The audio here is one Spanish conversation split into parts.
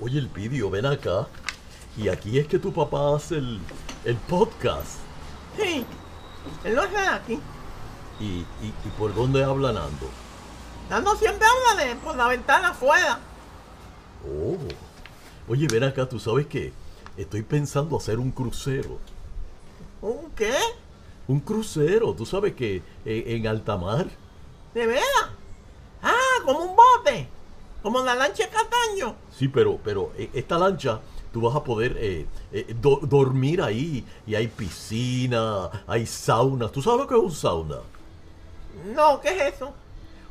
Oye, Elpidio, ven acá. Y aquí es que tu papá hace el, el podcast. Sí, él lo hace aquí. ¿Y, y, y por dónde habla Nando? Nando siempre habla de por la ventana afuera. Oh. Oye, ven acá, tú sabes que estoy pensando hacer un crucero. ¿Un qué? Un crucero, tú sabes que eh, en alta mar. ¿De veras? Ah, como un bote. Como la lancha de Cataño. Sí, pero, pero eh, esta lancha tú vas a poder eh, eh, do- dormir ahí y hay piscina, hay saunas. ¿Tú sabes lo que es un sauna? No, ¿qué es eso?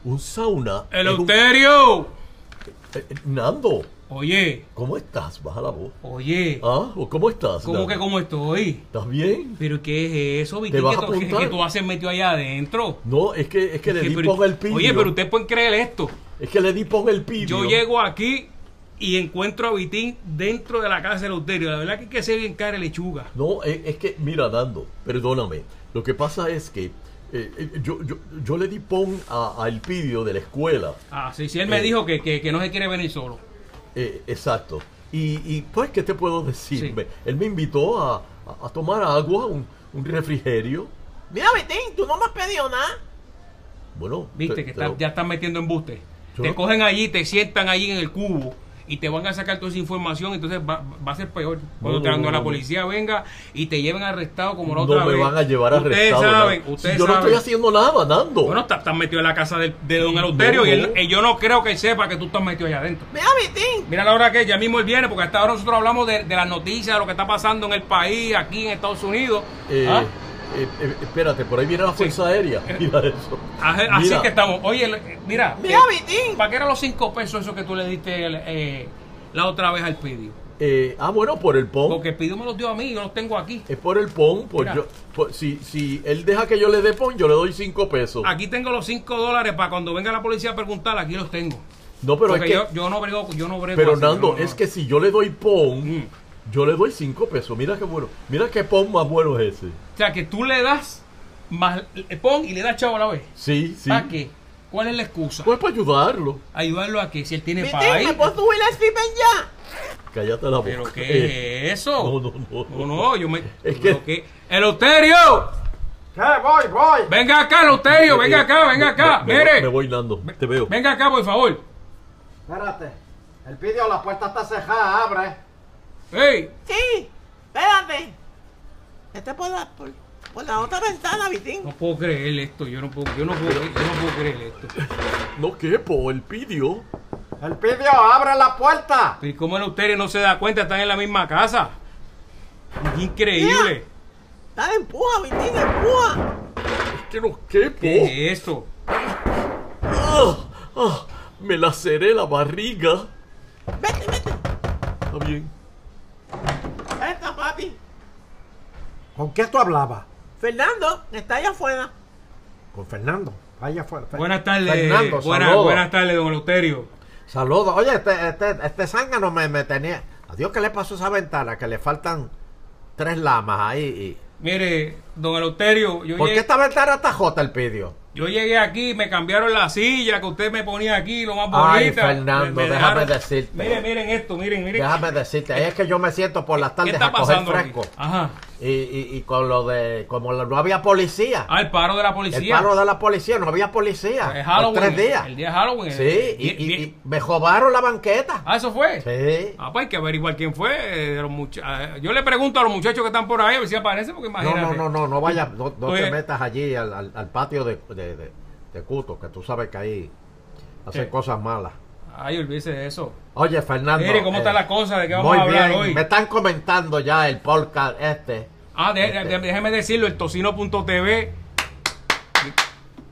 Un sauna. es un- Eleuterio. Eh, eh, Nando, Oye, ¿cómo estás? Baja la voz. oye. ¿Ah? ¿O ¿Cómo estás? ¿Cómo Nando? que cómo estoy? ¿Estás bien? ¿Pero qué es eso, Vicky? ¿Te vas que a tú- que- apuntar? que tú haces metido allá adentro? No, es que, es que le Que, di pero- pon el pillo. oye, pero ustedes pueden creer esto. Es que le di pon el pillo. Yo llego aquí y encuentro a Vitín dentro de la casa de Eleuterio. La verdad que hay que ser bien cara de lechuga. No, e, es, es que, mira, Nando, perdóname. Lo que pasa es que eh, eh, yo, yo, yo le di pon a, a Elpidio de la escuela. Ah, sí, sí, él me Eh. dijo que, que- que no se quiere venir solo. Eh, exacto. Y, y, pues, ¿qué te puedo decir? Sí. Me- Él me invitó a, a- a tomar agua, un, un refrigerio. Mira, Betín, tú no me has pedido nada. Bueno, Viste te- que te está- lo- ya están metiendo embuste. Yo- Te cogen allí, te sientan allí en el cubo y te van a sacar toda esa información. Entonces va, va a ser peor. Cuando, No, te- no, cuando no, la no. policía venga y te lleven arrestado como la no otra me vez. van a llevar Ustedes arrestado. Nando. saben, Si ustedes yo no saben. estoy haciendo nada, Nando. Bueno, está- estás metido en la casa del- de, don Eleuterio No, y, él- no. y yo no creo que él sepa que tú estás metido allá adentro. Mira, Betín. Mira la hora que ya mismo él viene, porque hasta ahora nosotros hablamos de, de las noticias, de lo que está pasando en el país, aquí en Estados Unidos. Eh, ¿Ah? eh, eh, espérate, por ahí viene la Fuerza Aérea. Mira eso. Así Ah, eh, así Mira, que estamos. Oye, le- mira. Mira, eh, Betín. ¿Para qué eran los cinco pesos eso que tú le diste el, eh, la otra vez al pidio? eh, ah, bueno, por el PON. Porque el pidio me los dio a mí, yo los tengo aquí. Es por el PON. Por Mira. yo, por- si, si él deja que yo le dé PON, yo le doy cinco pesos. Aquí tengo los cinco dólares para cuando venga la policía a preguntar, aquí los tengo. No, pero es Porque que. yo, yo no brego, yo no brego Pero así, Nando, no, no. es que si yo le doy PON, Mm. yo le doy 5 pesos. Mira qué bueno. Mira qué PON más bueno es ese. O sea, que tú le das más le pon y le das chavo a la vez. Sí, sí. ¿Para qué? ¿Cuál es la excusa? Pues para ayudarlo. Ayudarlo a que si él tiene Betín, ¿me país. puedo subir el stipend ya? Cállate la boca. ¿Pero Eh, qué es No, eso? no, no. No, no, yo me. Es que- lo que... ¡Eleuterio! ¿Qué? Voy, voy. Venga acá, Eleuterio, Eh, venga acá, venga me- acá. Me, me Mire. voy- me voy, Nando. Te veo. Venga acá, por favor. Espérate. El vídeo, la puerta está cejada, abre. ¡Ey! Sí, espérate. Este es por la, por, por la otra ventana, No Betín. puedo creer esto, yo no puedo, yo no puedo, yo no puedo creer esto. No quepo, el pidio. El vídeo, abre la puerta. Pero ¿y cómo Eleuterio no se da cuenta? Están en la misma casa. Increíble. Dale, empuja, Betín, empuja. Es que no quepo. Oh. ¿Qué es eso? Ah, ah, me laceré la barriga. Vete, vete. Está bien. Ahí está, papi. ¿Con qué tú hablabas? Fernando está allá afuera. Con Fernando. Vaya fuera. Fer- Buenas tardes. Fernando, buenas, saludos. buenas tardes, don Eleuterio. Saludos. Oye, este, este, este zángano me, me tenía. Adiós, ¿qué le pasó a esa ventana? Que le faltan tres lamas ahí. Mire, don Eleuterio, yo y- ¿Por llegué- qué esta ventana está jota el vídeo? Yo llegué aquí, me cambiaron la silla que usted me ponía aquí, lo más bonita. Ay, Fernando, déjame decirte. Miren, miren esto, miren, miren. Déjame decirte, ahí es que yo me siento por las ¿Qué tardes está a coger pasando fresco. aquí? Ajá. Y, y, y con lo de. Como lo- no había policía. Ah, el paro de la El policía. paro de la policía, no había policía. Es Por Halloween. tres días. El día de Halloween. Sí, y, Eh, Bien, y- bien. y me robaron la banqueta. Ah, eso fue. Sí. Ah, pues hay que averiguar quién fue. eh, de los mucha- ah, Yo le pregunto a los muchachos que están por ahí a ver si aparece, porque No, imagínate. no, no, no, no vayas, no, no Ah, Oye. te metas allí al, al- al patio de, de- de- de Cuto, que tú sabes que ahí hacen Eh. cosas malas. Ay, olvídese de eso. Oye, Fernando. eh, Mire, ¿cómo está la cosa? ¿De qué vamos muy a hablar bien. hoy? Me están comentando ya el podcast este. Ah, de- de- de- déjeme decirlo, el tocino.tv.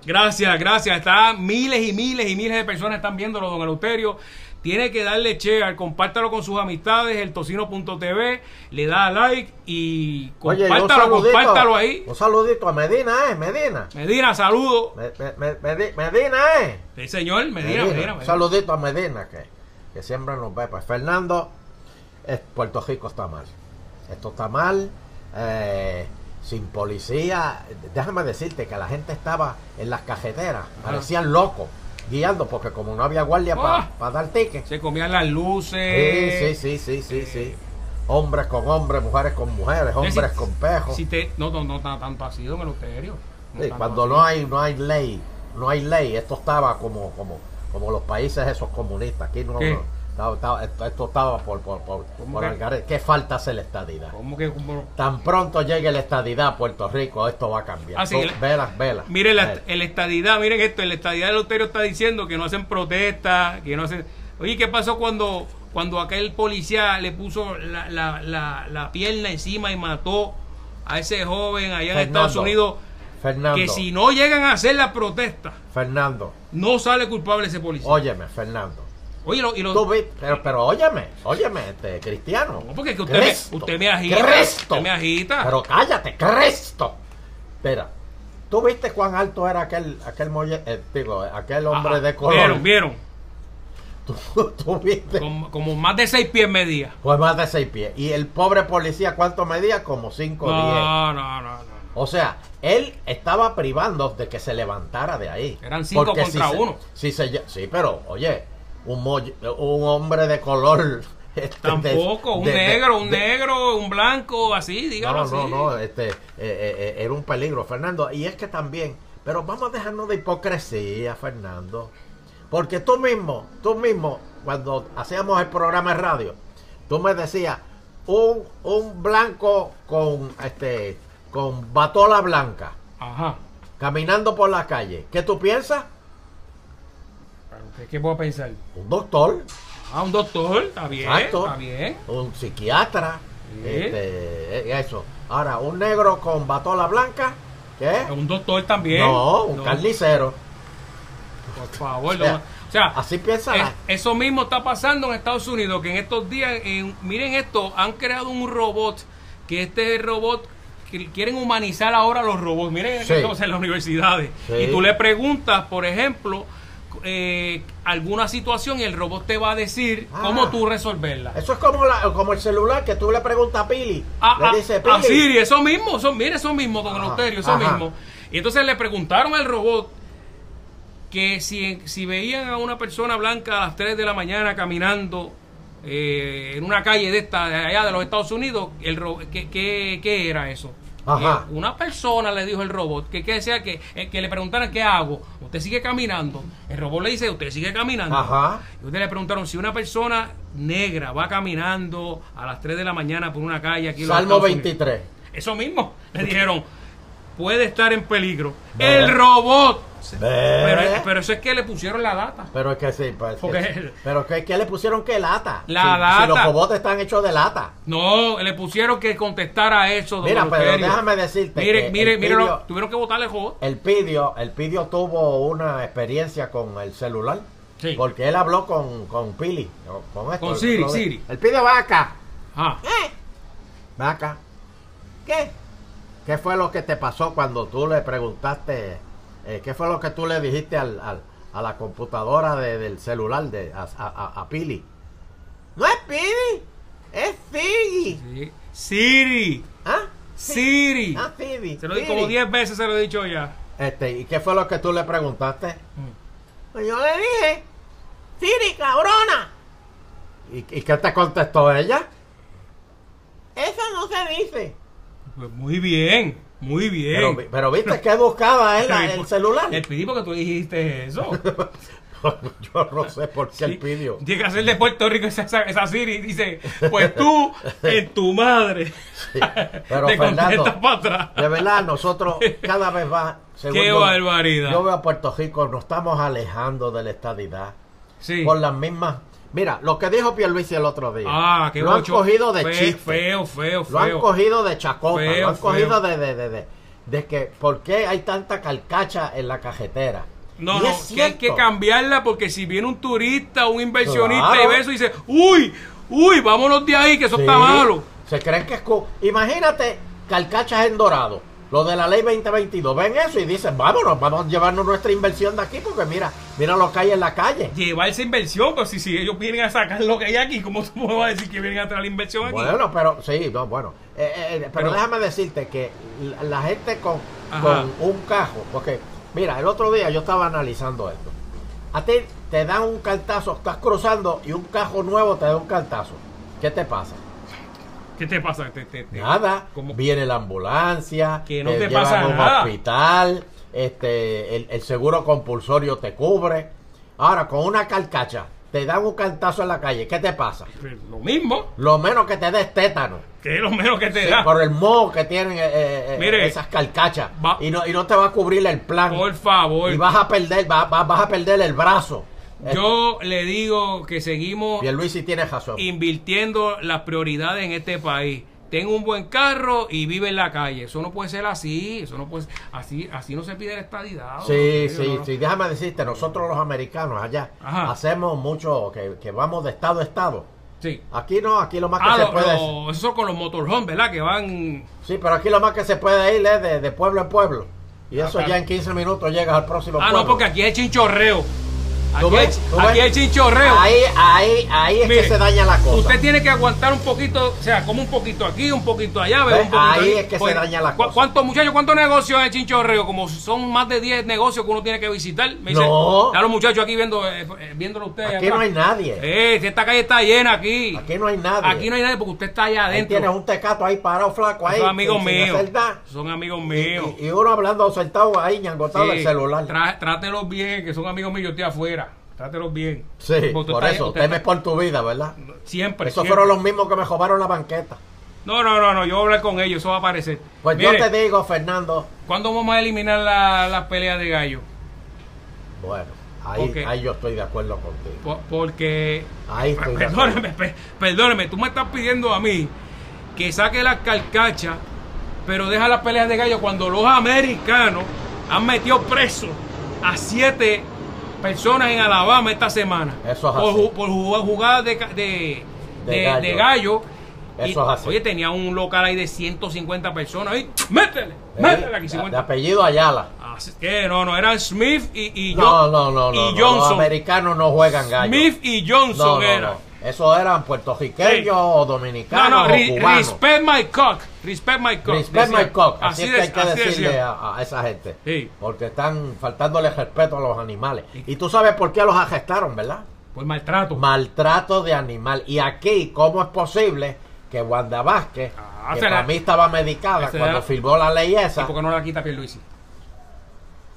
Gracias, gracias. Está miles y miles y miles de personas están viéndolo, don Eleuterio. Tiene que darle share, compártalo con sus amistades, el tocino.tv, le da like y Oye, y un compártalo, saludito- compártalo ahí. Un saludito a Medina, eh, Medina. Medina, saludo. Me- me- me- Medi- Medina, eh. El señor, Medina, Medina. Medina. Un Medina. saludito a Medina, que, que siempre nos ve. Pues Fernando, eh, Puerto Rico está mal. Esto está mal. eh, sin policía. Déjame decirte que la gente estaba en las cajeteras. Parecían locos. guiando, porque como no había guardia Ah. para dar ticket. Se comían las Sí, luces. sí, sí, sí, sí, sí. Hombres con hombres, mujeres con mujeres, hombres con pejos. Si te, no, no, no tan- tanto ha sido en el uterio. No Sí, tanto cuando así. no hay, no hay ley, no hay ley, esto estaba como, como, como los países esos comunistas, aquí no, no ¿Qué? estaba- estaba- esto, esto estaba por, por, por, ¿Cómo por que? el garete. ¿Qué falta hace la estadidad? ¿Cómo que? cómo? Tan pronto llegue la estadidad a Puerto Rico, esto va a cambiar. Ah, sí, Tú, el- velas, velas. Miren la velas. el estadidad, miren esto, el estadidad del Uterio está diciendo que no hacen protestas, que no hacen... Oye, ¿qué pasó cuando, cuando aquel policía le puso la, la, la, la pierna encima y mató a ese joven allá en Fernando, Estados Unidos? Fernando, Que si no llegan a hacer la protesta, Fernando, no sale culpable ese policía. Oye, óyeme, Fernando. lo- y lo- Tú vi- pero, pero óyeme, óyeme, este, cristiano. No, porque es que usted, Cristo, me, usted me agita. Cristo. Usted me agita. Pero cállate, Cristo. Espera, ¿tú viste cuán alto era aquel, aquel muelle- eh, digo, aquel hombre Ajá, de color? Ah, Vieron, vieron. ¿Tú, tú viste? Como, como más de seis pies medía. Fue más de seis pies. Y el pobre policía, ¿cuánto medía? Como cinco diez. No, no, no, no. O sea, él estaba privando de que se levantara de ahí. Eran cinco contra si se- uno. si se lle- sí, pero, oye, un, molle- un hombre de color. este, de- Tampoco, un de- de- negro, un de- negro, un blanco, así, dígalo No, así. no, no, este, eh, eh, eh, era un peligro, Fernando. Y es que también, pero vamos a dejarnos de hipocresía, Fernando. Porque tú mismo, tú mismo, cuando hacíamos el programa de radio, tú me decías, un, un blanco con, este, con batola blanca, Ajá. caminando por la calle. ¿Qué tú piensas? Pero, ¿qué- ¿Qué puedo pensar? Un doctor, Ah, un doctor, está bien, Exacto. está bien. un psiquiatra, Sí. este, eh, eso. Ahora, un negro con batola blanca, ¿qué? Un doctor también. No, un carnicero. Por favor, O sea, no. O sea, Así piensa la- es- eso mismo está pasando en Estados Unidos, que en estos días, en- miren esto, han creado un robot, que este robot, que quieren humanizar ahora los robots, miren Sí. entonces en las universidades. Sí. Y tú le preguntas, por ejemplo, eh, alguna situación y el robot te va a decir Ah. cómo tú resolverla. Eso es como, la, como el celular que tú le preguntas a Pili. a, le Ah, a- dice, a Pili. Siri, eso mismo, eso, mire, eso mismo, don Ajá, Eleuterio, eso ajá. mismo. Y entonces le preguntaron al robot que si, si veían a una persona blanca a las 3 de la mañana caminando eh, en una calle de esta, de allá de los Estados Unidos, el ro- ¿qué, qué, qué era eso? Ajá. Eh, una persona le dijo el robot que, que decía que, eh, que le preguntaran qué hago, usted sigue caminando. El robot le dice, usted sigue caminando. Ajá. Y ustedes le preguntaron si una persona negra va caminando a las 3 de la mañana por una calle aquí en los Salmo Estados Unidos. 23. Eso mismo. Le dijeron, puede estar en peligro. Ve. El robot. Pero, Ve. pero eso es que le pusieron la data. Pero es que sí, pues, que- Porque- pero que, que le pusieron que lata. La Si- lata. Si los robots están hechos de lata. No, le pusieron que contestara eso. don Mira, pero Eleuterio. déjame decirte que Mire, el mire, mire, lo- tibio- tuvieron que votarle el robot. El Pidio, el Pidio tuvo una experiencia con el celular. Sí. Porque él habló con, con Pili. o Con, esto, Con Siri, lo de- Siri. El Pidio va acá. Ajá. ¿Eh? Va acá. ¿Qué? ¿Qué fue lo que te pasó cuando tú le preguntaste? eh, ¿Qué fue lo que tú le dijiste al, al- a la computadora de- del celular de, a, a- a- a Pili? No es Pidi, es Siggy. Sí. Siri. ¿Ah? Siri. Ah, Pili. Se lo di como 10 veces, se lo he dicho ya. Este, ¿Y qué fue lo que tú le preguntaste? Pues yo le dije, Siri, cabrona, ¿Y, y qué te contestó ella? eso no se dice. Pues muy bien, muy bien. Pero, vi- pero viste que buscaba él Pero, ¿y el por- celular. El pidi porque tú dijiste eso. Yo no sé por qué el Pidio. Llega a ser de Puerto Rico esa, esa, esa Siri y dice, pues tú en tu madre. Pero Te Fernando, contestas para atrás. de verdad, nosotros cada vez va. según Qué yo- barbaridad. Yo veo a Puerto Rico, nos estamos alejando de la estadidad. Sí. Por las mismas. Mira, lo que dijo Pierluisi el otro día. Ah, qué Lo han bocho- cogido de fe- chiste. Feo, feo, feo. lo han cogido de chacota. Feo, lo han cogido feo. de, de, de, de, de que. ¿Por qué hay tanta calcacha en la cajetera? No, Y no, es que hay que cierto. cambiarla porque si viene un turista, un inversionista Claro. y ve eso y dice, uy, uy, vámonos de ahí, que eso Sí. está malo. Se creen que es. cu- Imagínate calcachas en dorado. Lo de la ley 2022. Ven eso y dicen, vámonos, vamos a llevarnos nuestra inversión de aquí porque mira, mira lo que hay en la calle. Llevar esa inversión, pero si, si ellos vienen a sacar lo que hay aquí, ¿cómo tú me vas a decir que vienen a traer la inversión aquí? Bueno, pero sí, no, bueno. Eh, eh, eh, pero, Pero- déjame decirte que la, la gente con, Ajá. con un cajo, porque mira, el otro día yo estaba analizando esto. A ti te dan un cantazo, estás cruzando y un cajo nuevo te da un cantazo. ¿Qué te pasa? ¿Qué te pasa? Te- te- te- Nada. ¿Cómo? Viene la ambulancia, Que no te llevan pasa a un nada. hospital, este, el, el seguro compulsorio te cubre. Ahora, con una carcacha, te dan un cantazo en la calle. ¿Qué te pasa? Lo mismo, Lo menos que te des tétano. que es lo menos que te Sí, da. por el moho que tienen eh, eh, Mire, esas carcachas. va- y, no, y no te va a cubrir el plan. Por favor. Y vas a perder, va- va- vas a perder el brazo. Eh, Yo le digo que seguimos Pierluisi tiene razón. invirtiendo las prioridades en este país. Tengo un buen carro y vive en la calle. Eso no puede ser así. Eso no puede ser- así. Así no se pide la estadidad. Sí, ¿no? sí, No, no. sí. Déjame decirte, nosotros los americanos allá Ajá. hacemos mucho que, que vamos de estado a estado. Sí. Aquí no, aquí lo más que Ah, se lo- puede. lo- eso con los motorhomes, ¿verdad? Que van. Sí, pero aquí lo más que se puede ir es de, de pueblo en pueblo. Y Ah, eso claro. ya en 15 minutos llegas al próximo Ah, pueblo. no, porque aquí es chinchorreo. ¿Tú Aquí, ves? es, ¿Tú aquí ves? es chinchorreo. Ahí, ahí, ahí es Mire, que se daña la cosa. Usted tiene que aguantar un poquito, o sea, como un poquito aquí, un poquito allá, bebe Ve, un poquito ahí allí. es que se daña la ¿cu- cosa. ¿Cuántos muchachos, cuántos negocios hay en Chinchorreo? Como son más de 10 negocios que uno tiene que visitar. Me dice, No. están los muchachos aquí viendo, eh, eh, viéndolo ustedes. Aquí no hay nadie. Eh, si esta calle está llena aquí. Aquí, Aquí no hay nadie. no hay nadie porque usted está allá Ahí tienes adentro. un tecato ahí parado flaco ahí. Son amigos sin- sin míos. hacer nada. Son amigos Y, míos. y- y uno hablando sentado ahí, ñangotado Sí, del celular. tra- Trátelos bien, que son amigos míos, yo estoy afuera. Trátelos bien. Sí, Porque usted por está- eso, usted temes está- por tu vida, ¿verdad? Siempre. Esos siempre. fueron los mismos que me robaron la banqueta. No, no, no, no, yo voy a hablar con ellos, eso va a aparecer. Pues Mire, yo te digo, Fernando, ¿Cuándo vamos a eliminar la- las peleas de gallo? bueno, ahí, Ok. ahí yo estoy de acuerdo contigo. Po- Porque, Ahí estoy de acuerdo. perdóneme, pe- perdóneme, tú me estás pidiendo a mí que saque las carcachas, pero deja las peleas de gallo cuando los americanos han metido preso a siete personas en Alabama esta semana. Eso es por, así. ju- por jugar- jugadas de, ca- de, De de- gallo. de gallo. Y, Eso es así. Oye, tenía un local ahí de 150 personas. ahí, métele, Eh, métele aquí de- 50. de apellido Ayala. Así que no, no, eran Smith y, y No, John- no, no, no. y no, Los Johnson. americanos no juegan gallo. Smith y no, no, Johnson no. eran. Esos eran puertorriqueños Sí. o No, dominicanos no, o re- cubanos. respect my cock. Respect my cock. Respect decía. my cock. Así, es que hay de- que así decirle decía. a, a esa gente. Sí. Porque están faltándole respeto a los animales. Y tú sabes por qué los arrestaron, ¿verdad? Por maltrato. Maltrato de animal. Y aquí, ¿cómo es posible que Wanda Vázquez, Ah, que será- para mí estaba medicada será- cuando firmó la ley ¿Y esa? por qué no la quita Pierluisi?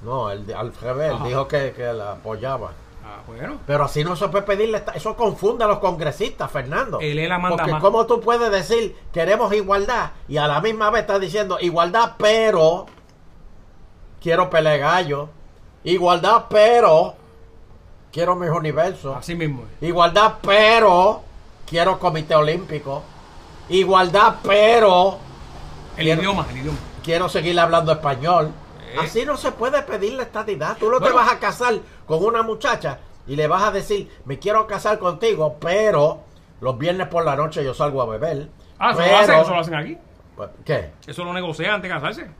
No, él, di- al revés, él Ajá. dijo que, que la apoyaba. Ah, bueno. Pero así no se puede pedirle. esta- Eso confunde a los congresistas, Fernando. Él es la manda Porque, más. ¿cómo tú puedes decir queremos igualdad y a la misma vez estás diciendo igualdad, pero quiero pelear gallo? Igualdad, pero quiero mis universos. Así mismo. es. Igualdad, pero quiero comité olímpico. Igualdad, pero El Quiero- idioma, el idioma. quiero seguir hablando español. Eh. Así no se puede pedir la estadidad. Tú no Bueno. te vas a casar con una muchacha y le vas a decir, me quiero casar contigo, pero los viernes por la noche yo salgo a beber. Ah, eso, pero... lo hacen, eso lo hacen aquí. Pues, ¿Qué? Eso lo negocian antes de casarse.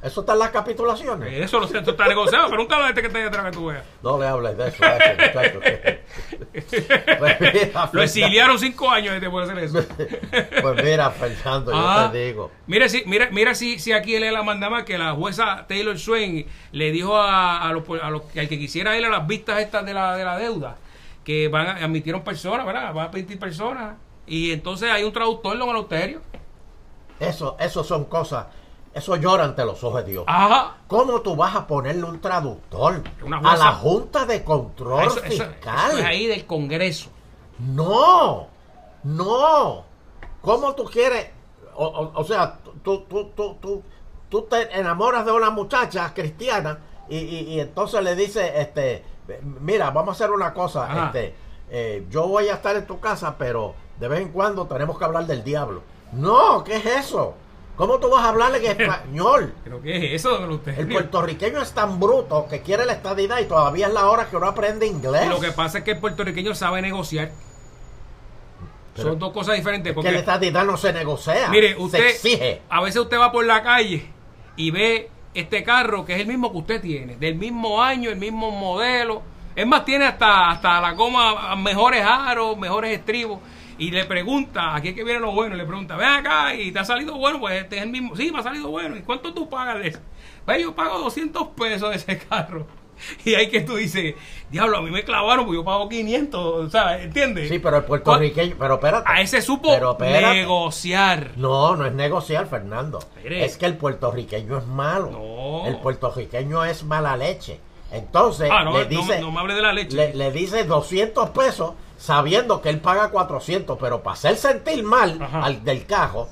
¿Eso está en las capitulaciones? Eh, Eso lo eso está negociado. Pregúntalo a este que está ahí atrás que tú veas. No le hables de eso. a ese muchacho. Pues mira, Lo Fernando, exiliaron cinco años desde por hacer eso. Pues mira, Fernando, Ah, yo te digo. Mira si, mira, mira si, si aquí él es la mandama que la jueza Taylor Swain le dijo a, a los, a los- al que quisiera ir a las vistas estas de la, de la deuda, que van a, admitieron personas, ¿verdad? Van a admitir personas. Y entonces hay un traductor, don Eleuterio. Eso, eso son cosas. Eso llora ante los ojos de Dios. Ajá. ¿Cómo tú vas a ponerle un traductor Una jueza. a la Junta de Control Eso, eso- Fiscal? eso es ahí del Congreso. No, no. ¿Cómo tú quieres? O, o- o sea, tú, tú, tú, tú, tú te enamoras de una muchacha cristiana y, y- y entonces le dices, este, mira, vamos a hacer una cosa, Ajá. este, eh, yo voy a estar en tu casa, pero de vez en cuando tenemos que hablar del diablo. No, ¿qué es eso? ¿Cómo tú vas a hablar en español? Creo que es eso, don Eleuterio. El puertorriqueño es tan bruto que quiere la estadidad y todavía es la hora que uno aprende inglés. Lo que pasa es que el puertorriqueño sabe negociar. Pero- Son dos cosas diferentes. que la estadidad no se negocia, Mire, usted, se exige. a veces usted va por la calle y ve este carro que es el mismo que usted tiene, del mismo año, el mismo modelo. Es más, tiene hasta, hasta la goma, mejores aros, mejores estribos. Y le pregunta, aquí es que viene lo bueno, le pregunta, ven acá y te ha salido bueno, pues este es el mismo. Sí, me ha salido bueno. ¿Y cuánto tú pagas de eso? Ve, yo pago 200 pesos de ese carro. Y ahí que tú dices, diablo, a mí me clavaron porque yo pago 500, ¿sabes? ¿Entiendes? Sí, pero el puertorriqueño. Pero espérate. A ese supo Pero espérate. negociar. No, no es negociar, Fernando. Mire. Es que el puertorriqueño es malo. No. El puertorriqueño es mala leche. Entonces, Ah, no, no- le dice, no me hable de la leche. Le, le dice 200 pesos sabiendo que él paga 400, pero para hacer sentir mal Ajá. al del cajo,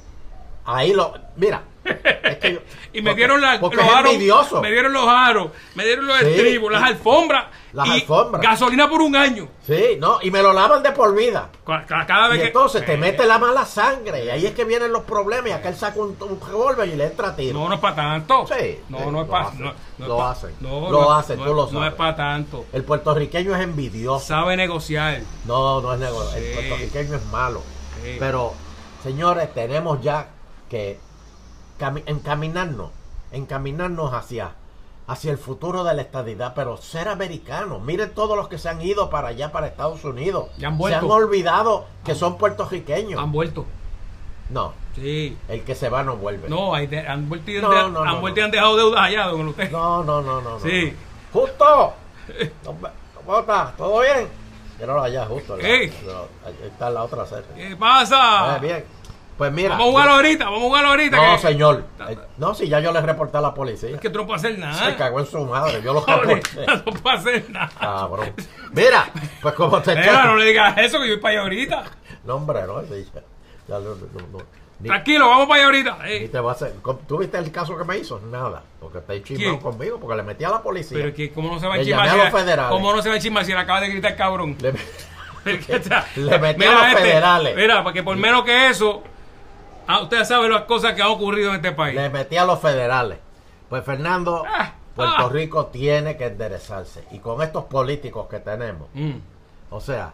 ahí lo... Mira. es que yo- Y me porque- dieron la- Porque los es aros. envidioso. Me dieron los aros, me dieron los Sí. estribos, las alfombras. Las y alfombras. Gasolina por un año. Sí, no, y me lo lavan de por vida. Ca- ca- Cada vez Y que- entonces te Eh, mete la mala sangre y ahí es que vienen los problemas y acá él saca un, un revólver y le entra a tiro. No, no es para tanto. Sí, No, no sí, es lo para hacen, no, no lo es pa- hacen, No, lo no es- hacen, no tú es- lo No sabes. es para tanto. El puertorriqueño es envidioso. Sabe negociar. No, no es negocio. Sí. El puertorriqueño es malo. Sí. Pero, señores, tenemos ya que cami- encaminarnos, encaminarnos hacia, hacia el futuro de la estadidad, pero ser americanos. Miren todos los que se han ido para allá, para Estados Unidos. Ya han se vuelto. han olvidado que son puertorriqueños. Han vuelto. No, Sí. el que se va no vuelve. No, hay de- han vuelto y han, No, dejado- no, han no, vuelto no. y han dejado deudas allá, don Lute. No, no, no, no. no, Sí. no. Justo. Hombre, ¿Cómo está? ¿Todo bien? Míralo allá, justo. la- Ey. la- ahí está la otra serie. ¿Qué pasa? Ah, bien. Pues mira. vamos a jugar ahorita, vamos a jugar ahorita. No, que, señor. Eh, No, si ya yo le reporté a la policía. es que tú no puedes hacer nada. Se cagó en su madre. Yo lo Joder, reporté. no puedes hacer nada. Cabrón. Mira, pues como te Mira, no le digas eso que yo voy para allá ahorita. No, hombre, no. sí, ya- ya no- no- no. Ni, Tranquilo, vamos para allá ahorita. Eh, ni te va a hacer. ¿Cómo- ¿Tú viste el caso que me hizo? Nada. Porque te ¿Quién? chimado conmigo, porque le metí a la policía. pero que cómo no se va a Le enchismar llamé a si los la- federales. cómo no se va a enchismar si le acaba de gritar cabrón. Le- Le Le metí a los federales. este, Mira, porque por menos que eso, ah, ustedes saben las cosas que han ocurrido en este país. Le metí a los federales. Pues Fernando, Ah, ah. Puerto Rico tiene que enderezarse. Y con estos políticos que tenemos, Mm, o sea,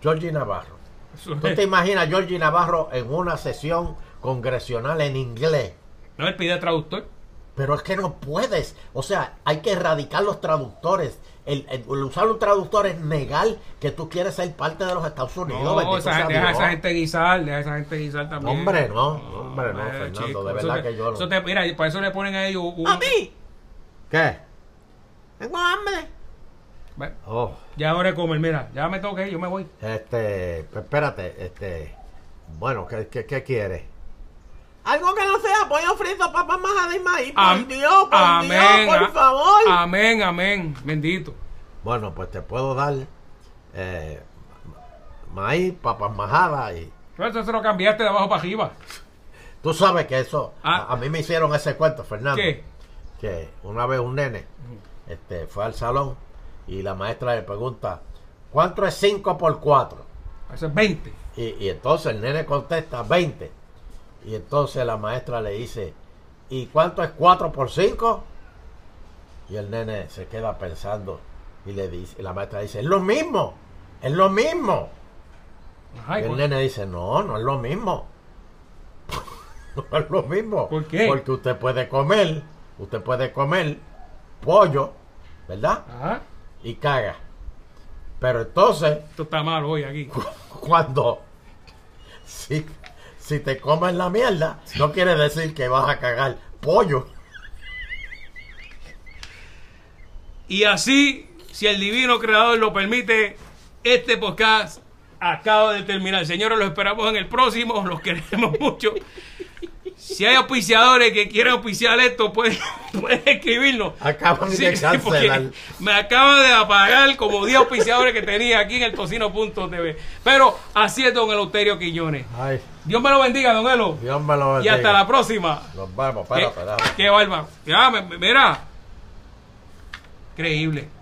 Georgie Navarro. eso ¿Tú es. te imaginas a Georgie Navarro en una sesión congresional en inglés? No, él pide traductor. Pero es que no puedes. O sea, hay que erradicar los traductores. El, el- el usar un traductor es negar que tú quieres ser parte de los Estados Unidos. No, bendito esa sea gente, deja a Dios. esa gente guisar, deja a esa gente guisar también. Hombre, no, hombre, no, eh, Fernando, de chico, verdad eso te- que yo no. eso te- mira, para eso le ponen a ellos un... Papi, ¿Qué? tengo hambre. Ve, Oh, Ya ahora comer, mira, ya me tengo que ir, yo me voy. este, espérate, este, bueno, ¿qué, qué, qué quieres? Algo que no sea pues, pollo frito, papas majada y maíz. Por Am- Dios, por amén, Ah, Dios, a- por favor. Amén, amén, bendito. Bueno, pues te puedo dar eh, maíz, papas majadas y... Pero eso se lo cambiaste de abajo para arriba. Tú sabes que eso, Ah. a, a mí me hicieron ese cuento, Fernando. ¿Qué? Que una vez un nene este, fue al salón y la maestra le pregunta, ¿cuánto es 5 por 4? Eso es 20. Y, y entonces el nene contesta 20. Y entonces la maestra le dice, ¿y cuánto es 4 por 5? Y el nene se queda pensando y le dice, y la maestra dice, es lo mismo, es lo mismo. Ajá, ¿y Y el por- nene dice, no, no es lo mismo. no es lo mismo. ¿Por qué? Porque usted puede comer, usted puede comer pollo, ¿verdad? Ajá. Y caga. Pero entonces, Esto está mal hoy aquí. cuando, si, si te comes la mierda, no quiere decir que vas a cagar pollo. Y así, si el divino creador lo permite, este podcast acaba de terminar. Señores, los esperamos en el próximo, los queremos mucho. Si hay auspiciadores que quieran auspiciar esto, pueden, pueden escribirnos. Acaban Sí, de sí, porque cancelar. me acaba de apagar como 10 auspiciadores que tenía aquí en el tocino.tv. Pero así es don Eleuterio Quiñones. Ay, Dios me lo bendiga, don Elo. Dios me lo Y bendiga. hasta la Eh, próxima. Nos vamos, Qué, espérate, espérate. qué bárbaro. Ya, me- me- mira. Increíble.